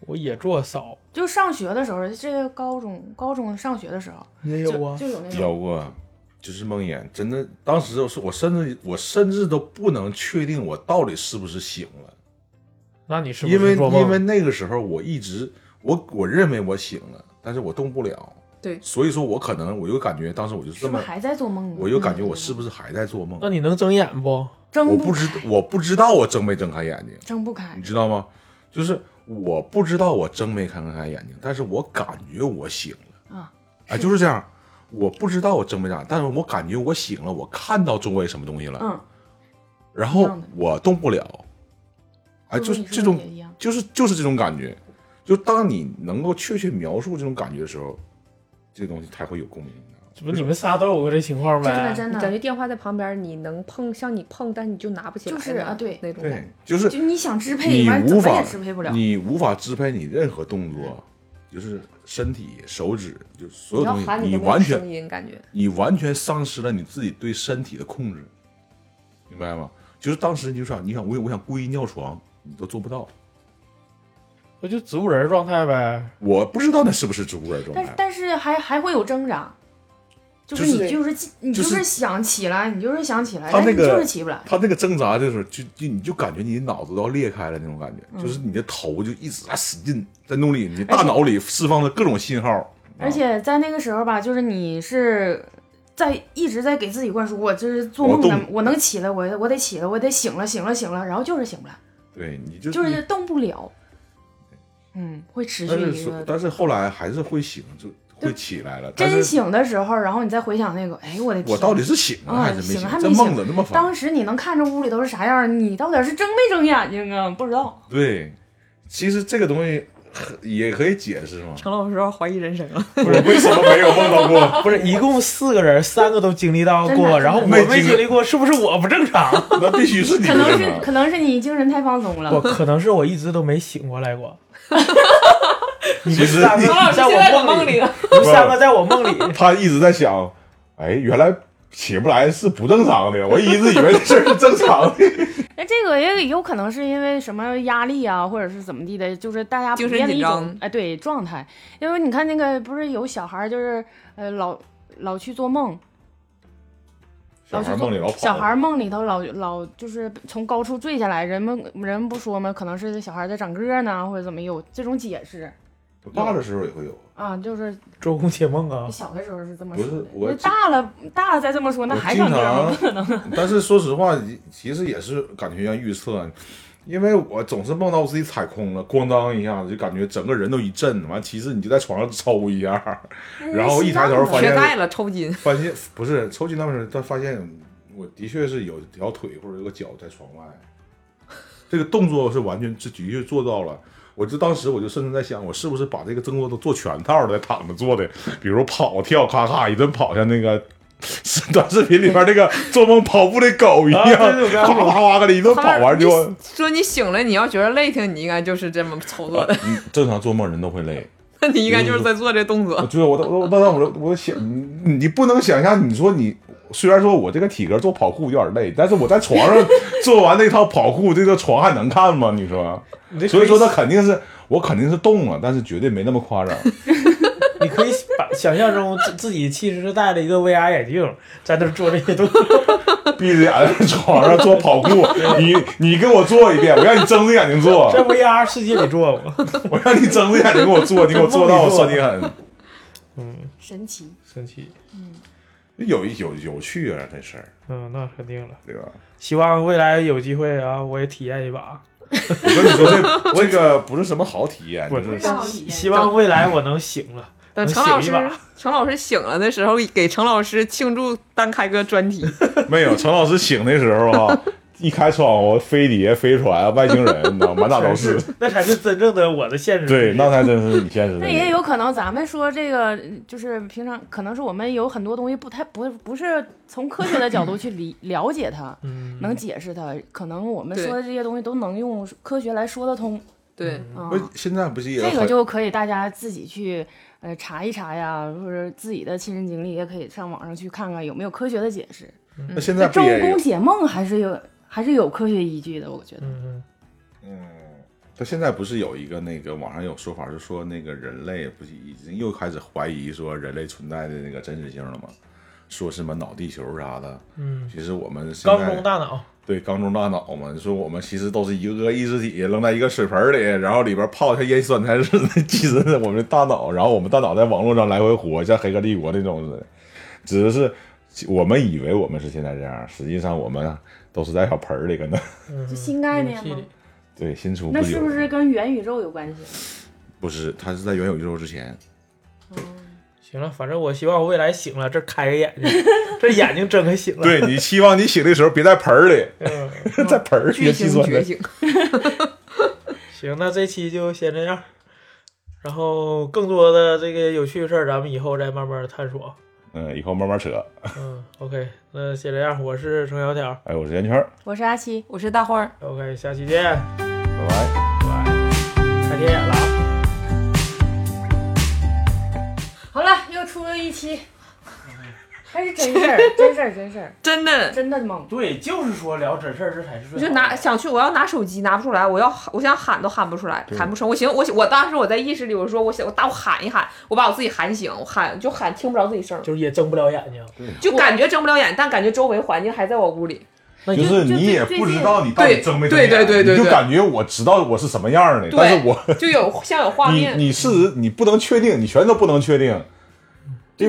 Speaker 5: 我也做扫，
Speaker 2: 就上学的时候，这个高中高中上学的时候
Speaker 5: 你也
Speaker 2: 就
Speaker 5: 有啊过，
Speaker 2: 就有那种
Speaker 4: 有啊过，就是梦魇，真的，当时我是我甚至我甚至都不能确定我到底是不是醒了，
Speaker 5: 那你是不
Speaker 4: 因为
Speaker 5: 是做梦？
Speaker 4: 因为那个时候我一直我我认为我醒了，但是我动不了，
Speaker 3: 对
Speaker 4: 所以说我可能我就感觉当时我就是这
Speaker 2: 不
Speaker 4: 么
Speaker 2: 是，还嗯在做梦呢？
Speaker 4: 我就感觉我是不是还在做梦，
Speaker 5: 那你能睁眼不？
Speaker 2: 睁
Speaker 4: 我不知我不知道我睁没睁开眼睛。
Speaker 2: 睁不开
Speaker 4: 你，知道吗？就是我不知道我睁没睁开眼睛，但是我感觉我醒了
Speaker 2: 啊，
Speaker 4: 哎，就是这样。我不知道我睁没睁，但是我感觉我醒了，我看到周围什么东西了，
Speaker 2: 嗯，
Speaker 4: 然
Speaker 2: 一
Speaker 4: 后
Speaker 2: 样的
Speaker 4: 我动不了，
Speaker 2: 会
Speaker 4: 哎，
Speaker 2: 不
Speaker 4: 就
Speaker 2: 会
Speaker 4: 是
Speaker 2: 你说
Speaker 4: 这种
Speaker 2: 的也一样，
Speaker 4: 就是就是这种感觉，就当你能够确切描述这种感觉的时候，这东西才会有共鸣。
Speaker 5: 这不你们仨都有过这情况
Speaker 2: 真的
Speaker 5: 呗？
Speaker 2: 真
Speaker 3: 你感
Speaker 2: 的，
Speaker 3: 觉电话在旁边，你能碰向你碰，但是你就拿不起来
Speaker 2: 就是
Speaker 3: 的
Speaker 2: 啊对
Speaker 3: 那种
Speaker 4: 对
Speaker 3: 感，
Speaker 4: 就是
Speaker 2: 就你想支配，
Speaker 4: 你
Speaker 2: 完
Speaker 4: 无
Speaker 2: 怎么
Speaker 4: 法
Speaker 2: 也支配不了，
Speaker 4: 你无法支配你任何动作，就是身体、手指，就所
Speaker 3: 觉，
Speaker 4: 有
Speaker 3: 你要
Speaker 4: 东
Speaker 3: 喊，
Speaker 4: 西你
Speaker 3: 都没有
Speaker 4: 完全
Speaker 3: 声音感觉，
Speaker 4: 你完全丧失了你自己对身体的控制，明白吗？就是当时你就想，你想我我想故意尿床，你都做不到。
Speaker 5: 我就植物人状态呗。
Speaker 4: 我不知道那是不是植物人状
Speaker 2: 但是
Speaker 4: 态，
Speaker 2: 但是还还会有挣扎，就是
Speaker 4: 就是
Speaker 2: 你就是记你
Speaker 4: 就
Speaker 2: 就是是想起来，你就是想起来，
Speaker 4: 他
Speaker 2: 但是
Speaker 4: 那
Speaker 2: 你
Speaker 4: 个啊
Speaker 2: 就是起不来，
Speaker 4: 他那个挣扎就是就就你就感觉你脑子都要裂开了那种感
Speaker 2: 嗯
Speaker 4: 觉，就是你的头就一直在使劲在弄力，你的大脑里释放着各种信号。
Speaker 2: 而且在那个时候吧，就是你是。在一直在给自己灌输，我就是做
Speaker 4: 我
Speaker 2: 梦
Speaker 4: 动
Speaker 2: 呢，我能起来，我我得起来，我得醒了，醒了，醒了，然后就是醒不来，
Speaker 4: 对，你就
Speaker 2: 就
Speaker 4: 你
Speaker 2: 是动不了，嗯，会持
Speaker 4: 但
Speaker 2: 续
Speaker 4: 是
Speaker 2: 一
Speaker 4: 说
Speaker 2: 个，
Speaker 4: 但是后来还是会醒，就会起来了。但
Speaker 2: 真
Speaker 4: 是
Speaker 2: 醒的时候，然后你再回想那个，哎，我的天，
Speaker 4: 我到底是醒了
Speaker 2: 啊
Speaker 4: 还是没
Speaker 2: 醒了还
Speaker 4: 这
Speaker 2: 没
Speaker 4: 梦
Speaker 2: 醒
Speaker 4: 怎么那么烦？
Speaker 2: 当时你能看着屋里都是啥样，你到底是睁没睁眼睛啊？不知道，
Speaker 4: 对，其实这个东西很也可以解释嘛。
Speaker 3: 程老师要怀疑人生了。
Speaker 4: 我为什么没有梦到 过？
Speaker 5: 不是，一共四个人，三个都经历到
Speaker 2: 真
Speaker 5: 过，
Speaker 2: 的
Speaker 5: 然后我
Speaker 4: 没经
Speaker 5: 没
Speaker 4: 历
Speaker 5: 经历过，是不是我不正常？
Speaker 4: 那必须是你
Speaker 2: 可
Speaker 4: 不
Speaker 2: 能
Speaker 4: 正
Speaker 2: 是
Speaker 4: 常。
Speaker 2: 可能是你精神太放松
Speaker 5: 我
Speaker 2: 了，
Speaker 5: 可能是我一直都没醒过来 过。你
Speaker 4: 其
Speaker 5: 们
Speaker 4: 实
Speaker 5: 三个在我梦里，你们三个在我梦里，
Speaker 4: 他一直在想，哎，原来起不来是不正常的，我一直以为这是正常 的。
Speaker 2: 那这个也有可能是因为什么压力啊，或者是怎么地的，就是大家普遍的一
Speaker 3: 精神紧
Speaker 2: 种
Speaker 3: 张
Speaker 2: 哎对状态，因为你看那个不是有小孩儿就是呃老老去做梦，
Speaker 4: 小孩
Speaker 2: 去
Speaker 4: 梦
Speaker 2: 做
Speaker 4: 里老跑，
Speaker 2: 小孩儿梦里头老老就是从高处坠下来，人们人们不说吗？可能是小孩儿在长个儿呢，或者怎么有这种解释
Speaker 4: 大的时候也会有。
Speaker 2: 啊，就是
Speaker 5: 周公解梦啊，
Speaker 2: 小的时候是这么
Speaker 4: 哦不
Speaker 2: 说
Speaker 4: 是
Speaker 2: 的，
Speaker 4: 我
Speaker 2: 那大了大了再这么说，那
Speaker 4: 我
Speaker 2: 还
Speaker 4: 经
Speaker 2: 长个儿吗？
Speaker 4: 常，但是说实话，其实也是感觉像预测，因为我总是梦到我自己踩空了，咣当一下子就感觉整个人都一震，完其实你就在床上抽一下，然后一抬头发
Speaker 3: 缺
Speaker 4: 现
Speaker 3: 钙了，抽筋。
Speaker 4: 发现不是抽筋那么事，但发现我的确是有条腿或者有个脚在床外，这个动作是完全是的确做到了。我就当时我就甚至在想，我是不是把这个动作都做全套的，躺着做的，比如跑跳，咔咔一顿跑，像那个短视频里边那个做梦跑步的狗一样，
Speaker 5: 啊对对对
Speaker 4: 哗哗哗的一顿跑完就
Speaker 3: 你说你醒了，你要觉得累挺，你应该就是这么操作的，
Speaker 4: 嗯正常做梦人都会累。
Speaker 3: 那 你应该就是在做这动作
Speaker 4: 啊嗯我。觉得我都我都我都我想你你不能想象，你说你虽然说我这个体格做跑酷有点累，但是我在床上做完那套跑酷，这个床还能看吗？ 你说？
Speaker 5: 你这
Speaker 4: 所以说
Speaker 5: 可
Speaker 4: 他肯定是我肯定是动了，但是绝对没那么夸张。
Speaker 5: 你可以把想象中自自己其实是戴了一个 VR 眼镜，在那儿做这些动作，
Speaker 4: 闭着眼在床上做跑酷，你你给我做一遍，我让你睁着眼睛做，
Speaker 5: 在 VR 世界里做 过，
Speaker 4: 我让你睁着眼睛给我做，你给我做到，我算你狠。
Speaker 2: 神奇，
Speaker 5: 神奇，
Speaker 4: 有有有趣啊，这事儿，
Speaker 5: 嗯，那肯定了。
Speaker 4: 对吧？
Speaker 5: 希望未来有机会啊，我也体验一把。
Speaker 4: 我跟你说，这这个不是什么好体验，
Speaker 5: 不
Speaker 4: 就是
Speaker 2: 不好体验
Speaker 5: 希望未来我能醒了，
Speaker 3: 等
Speaker 5: 能
Speaker 3: 程老
Speaker 5: 醒一
Speaker 3: 师
Speaker 5: 把。
Speaker 3: 程老师醒了的时 候，给程老师庆祝单开个专题。
Speaker 4: 没有，程老师醒的时候哈、啊一开窗户，飞碟、飞船、外星人，你知道吗满哪都是。
Speaker 5: 那才是真正的我的现实。
Speaker 4: 对，那才真是你现实的。
Speaker 2: 那也有可能，咱们说这个就是平常，可能是我们有很多东西不太不不是从科学的角度去理 了解它，
Speaker 5: 嗯，
Speaker 2: 能解释它。可能我们
Speaker 3: 对
Speaker 2: 说的这些东西都能用科学来说得通
Speaker 3: 对，
Speaker 2: 啊。
Speaker 4: 不是现在不是也有
Speaker 2: 这个
Speaker 4: 很
Speaker 2: 就可以大家自己去呃查一查呀，或者自己的亲身经历也可以上网上去看看有没有科学的解释。
Speaker 4: 那现在不
Speaker 2: 周
Speaker 4: 也有
Speaker 2: 公解梦还是有还是有科学依据的，我觉得。
Speaker 5: 嗯
Speaker 4: 他现在不是有一个那个网上有说法，是说那个人类不是已经又开始怀疑说人类存在的那个真实性了吗？说什么脑地球啥的，
Speaker 5: 嗯，
Speaker 4: 其实我们现在
Speaker 5: 缸中大脑，
Speaker 4: 对缸中大脑嘛，说我们其实都是一个个意识体扔在一个水盆里，然后里边泡一下腌酸菜似的， 寄生在我们的大脑，然后我们大脑在网络上来回活，像《黑客帝国》那种似的，只是我们以为我们是现在这样，实际上我们都是在小盆儿里跟那
Speaker 5: 嗯
Speaker 1: 就新概念
Speaker 5: 游戏
Speaker 1: 吗
Speaker 5: 里？
Speaker 4: 对新出
Speaker 2: 那
Speaker 4: 不久，
Speaker 2: 是不是跟元宇宙有关系？
Speaker 4: 不是它是在元宇宙之前。
Speaker 5: 行了，反正我希望我未来醒了，这开个眼睛，这眼睛睁开醒了。
Speaker 4: 对你希望你醒的时候别在盆儿里，
Speaker 5: 嗯，
Speaker 4: 在盆儿里
Speaker 3: 巨
Speaker 4: 计
Speaker 3: 星
Speaker 4: 算
Speaker 3: 觉
Speaker 4: 的。
Speaker 3: 醒，
Speaker 5: 行，那这期就先这样。然后更多的这个有趣的事儿，咱们以后再慢慢探索。
Speaker 4: 嗯，以后慢慢扯。
Speaker 5: 嗯，OK，那先这样，我是程小条
Speaker 4: 哎，我是圆圈儿，
Speaker 2: 我是阿七，
Speaker 3: 我是大花儿。
Speaker 5: ，OK，下期见，
Speaker 4: 拜拜。
Speaker 5: 开天眼了啊。
Speaker 2: 好了，又出了一期，还是真事儿，真事儿，真事儿，
Speaker 3: 真的，
Speaker 2: 真的梦。
Speaker 5: 对，就是说聊真事儿，这才是
Speaker 3: 我
Speaker 5: 最
Speaker 3: 就
Speaker 5: 好
Speaker 3: 拿
Speaker 5: 的
Speaker 3: 想去，我要拿手机拿不出来，我要喊我想喊都喊不出来，喊不成。我行，我我当时我在意识里，我说我想我打我喊一喊，我把我自己喊醒，我喊就喊听不着自己声儿，
Speaker 5: 就是也睁不了眼睛。
Speaker 3: 就感觉睁不了眼，但感觉周围环境还在我屋里。
Speaker 5: 那
Speaker 4: 就
Speaker 5: 就是
Speaker 2: 就
Speaker 4: 你
Speaker 2: 最
Speaker 4: 也
Speaker 2: 最
Speaker 4: 不知
Speaker 2: 近
Speaker 4: 道你到底
Speaker 3: 对
Speaker 4: 睁没睁
Speaker 3: 对
Speaker 4: 眼，
Speaker 3: 对对对
Speaker 4: 你就
Speaker 3: 对
Speaker 4: 感觉我知道我是什么样儿的，
Speaker 3: 对
Speaker 4: 但是我
Speaker 3: 就有像有画
Speaker 4: 你
Speaker 3: 面，
Speaker 4: 你
Speaker 2: 嗯
Speaker 4: 是你不能确定，你全都不能确定，因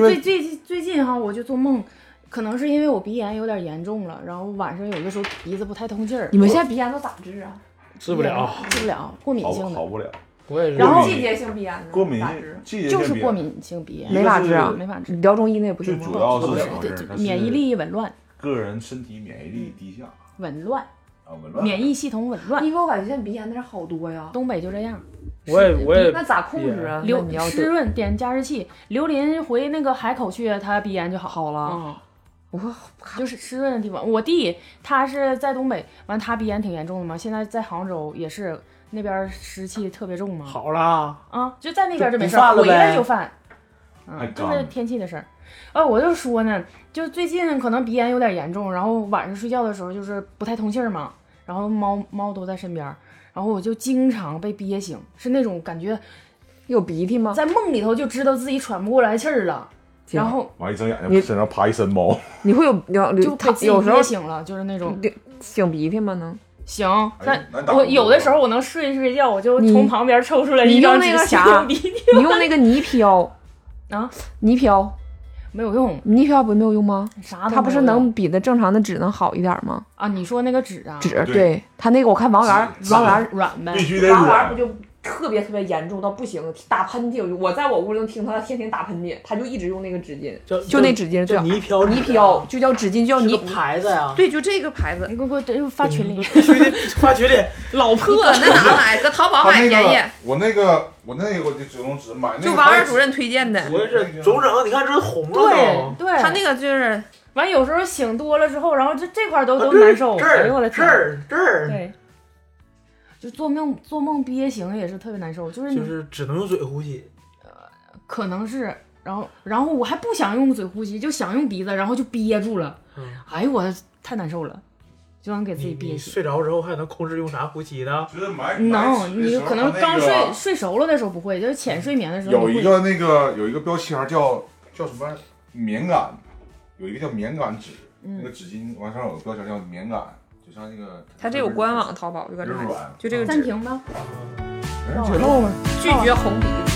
Speaker 2: 最
Speaker 4: 为
Speaker 2: 最最近哈，我就做梦，可能是因为我鼻炎有点严重了，然后晚上有的时候鼻子不太通气儿。
Speaker 3: 们现在鼻炎都咋治啊？
Speaker 5: 治不了。，
Speaker 2: 治不了，过敏
Speaker 4: 好
Speaker 2: 性
Speaker 4: 好
Speaker 2: 的，
Speaker 4: 不了，
Speaker 5: 我也是。
Speaker 2: 然后
Speaker 3: 季节性鼻炎呢？
Speaker 4: 过敏
Speaker 3: 咋
Speaker 4: 性
Speaker 3: 治？
Speaker 4: 季节性
Speaker 2: 就是
Speaker 4: 鼻
Speaker 2: 过
Speaker 4: 炎，
Speaker 2: 敏性鼻炎，
Speaker 3: 没法治啊
Speaker 4: 一个是
Speaker 2: 没法治，
Speaker 3: 你聊中医那也不
Speaker 4: 最
Speaker 3: 行吗？
Speaker 4: 主要是
Speaker 2: 不
Speaker 4: 怎
Speaker 2: 是
Speaker 4: 么回
Speaker 2: 对
Speaker 4: 事？它
Speaker 2: 对，
Speaker 4: 是
Speaker 2: 免疫力紊乱，
Speaker 4: 个人身体免疫力低下
Speaker 2: 紊乱，
Speaker 4: 啊，紊
Speaker 2: 嗯
Speaker 4: 乱。
Speaker 2: 免疫系统紊乱。
Speaker 3: 因为我感觉现在鼻炎的人好多呀，
Speaker 2: 东北就这样，
Speaker 5: 我也我也
Speaker 3: 那咋控制啊？那
Speaker 2: 榴
Speaker 3: 你要
Speaker 2: 湿
Speaker 3: 得
Speaker 2: 润点加湿器，榴莲回那个海口去，它鼻炎就好
Speaker 3: 好了，
Speaker 2: 嗯，
Speaker 3: 哦我说
Speaker 2: 就是湿润的地方。我弟他是在东北，完他鼻炎挺严重的嘛，现在在杭州也是那边湿气特别重嘛。
Speaker 5: 好啦，
Speaker 2: 啊，就在那边就没事
Speaker 5: 就
Speaker 2: 儿，
Speaker 5: 不犯了
Speaker 2: 回来
Speaker 5: 呗
Speaker 2: 就犯。
Speaker 4: 太
Speaker 2: 嗯，
Speaker 4: 干
Speaker 2: 就
Speaker 4: 了
Speaker 2: 是天气的事儿。呃，我就说呢，就最近可能鼻炎有点严重，然后晚上睡觉的时候就是不太通气儿嘛，然后猫猫都在身边儿，然后我就经常被憋醒，是那种感觉
Speaker 3: 有鼻涕吗？
Speaker 2: 在梦里头就知道自己喘不过来气儿了，然后
Speaker 4: 完一睁眼
Speaker 3: 你
Speaker 4: 睛身上爬一身毛，
Speaker 3: 你会有有
Speaker 2: 就被
Speaker 3: 他
Speaker 2: 自己
Speaker 3: 有时候嗯
Speaker 2: 憋醒了，就是那种
Speaker 3: 擤鼻涕吗？能？
Speaker 2: 行，
Speaker 4: 哎那
Speaker 2: 但
Speaker 4: 打
Speaker 2: 我
Speaker 4: 呼噜
Speaker 2: 有的时候我能睡着睡觉，我就
Speaker 3: 你
Speaker 2: 从旁边抽出来
Speaker 3: 你
Speaker 2: 一
Speaker 3: 用
Speaker 2: 张
Speaker 3: 那
Speaker 2: 纸
Speaker 3: 个
Speaker 2: 吸
Speaker 3: 啥
Speaker 2: 鼻 涕，
Speaker 3: 你用那个泥漂
Speaker 2: 啊？
Speaker 3: 泥漂，
Speaker 2: 没有用，
Speaker 3: 泥漂不没有用吗？
Speaker 2: 啥都
Speaker 3: 它
Speaker 2: 啊
Speaker 3: 不
Speaker 2: 没
Speaker 3: 是
Speaker 2: 有用
Speaker 3: 能比那正常的纸能好一点吗？
Speaker 2: 啊？你说那个纸啊，
Speaker 3: 纸
Speaker 4: 对
Speaker 3: 对它那个，我看王源 儿，王源儿，
Speaker 2: 软呗
Speaker 4: 必，须得
Speaker 3: 王源儿
Speaker 4: 软
Speaker 3: 不。就特别特别严重到不行，打喷嚏。我在我屋里能听到他天天打喷嚏，他就一直用那个纸巾，
Speaker 5: 就
Speaker 3: 就那纸巾最
Speaker 5: 叫
Speaker 3: 好。
Speaker 5: 泥漂
Speaker 3: 泥漂就叫纸巾，就叫
Speaker 5: 泥
Speaker 3: 泥。
Speaker 5: 牌子 呀，
Speaker 3: 对，就这个牌子，
Speaker 2: 你给我给我发群里。
Speaker 5: 发群里
Speaker 2: 老破
Speaker 3: 搁在哪买？搁淘宝
Speaker 4: 他
Speaker 3: 买
Speaker 4: 那
Speaker 3: 便宜
Speaker 4: 个，我那个我那个我就只用纸买那个，
Speaker 3: 就王二主任推荐的。
Speaker 5: 我也是总整，你看这红了
Speaker 2: 对
Speaker 5: 都，
Speaker 2: 对，
Speaker 3: 他那个就是
Speaker 2: 完有时候醒多了之后，然后这这块儿都都难受，
Speaker 5: 啊这
Speaker 2: 哎呦我
Speaker 5: 儿
Speaker 2: 的
Speaker 5: 这
Speaker 2: 天，
Speaker 5: 儿这儿，
Speaker 2: 对，就做梦做梦憋醒也是特别难受，就是
Speaker 5: 就
Speaker 2: 你
Speaker 5: 是只能用嘴呼吸。
Speaker 2: 可能是，然后然后我还不想用嘴呼吸，就想用鼻子，然后就憋住了，
Speaker 5: 嗯
Speaker 2: 哎呦我的太难受了，就想给自己
Speaker 5: 你
Speaker 2: 憋
Speaker 5: 你
Speaker 2: 醒。
Speaker 5: 睡着之后还能控制用啥呼吸呢？
Speaker 4: 就是买买
Speaker 2: 能，
Speaker 4: 纸的
Speaker 2: 你
Speaker 4: 时候
Speaker 2: 可能
Speaker 4: 它那
Speaker 2: 刚
Speaker 4: 个
Speaker 2: 睡睡熟了的时候不会，就是浅睡眠的时候
Speaker 4: 有
Speaker 2: 你
Speaker 4: 一
Speaker 2: 会
Speaker 4: 个那个有一个标签儿叫叫什么棉感，有一个叫棉感纸，
Speaker 3: 嗯
Speaker 4: 那个纸巾完上有个标签儿叫棉感，就像那个
Speaker 3: 他这有官网，淘宝，就搁这买
Speaker 4: 软，
Speaker 3: 就这个
Speaker 2: 暂
Speaker 5: 啊
Speaker 3: 纸，
Speaker 2: 停吧，
Speaker 4: 人家漏了。
Speaker 3: 拒绝红鼻子。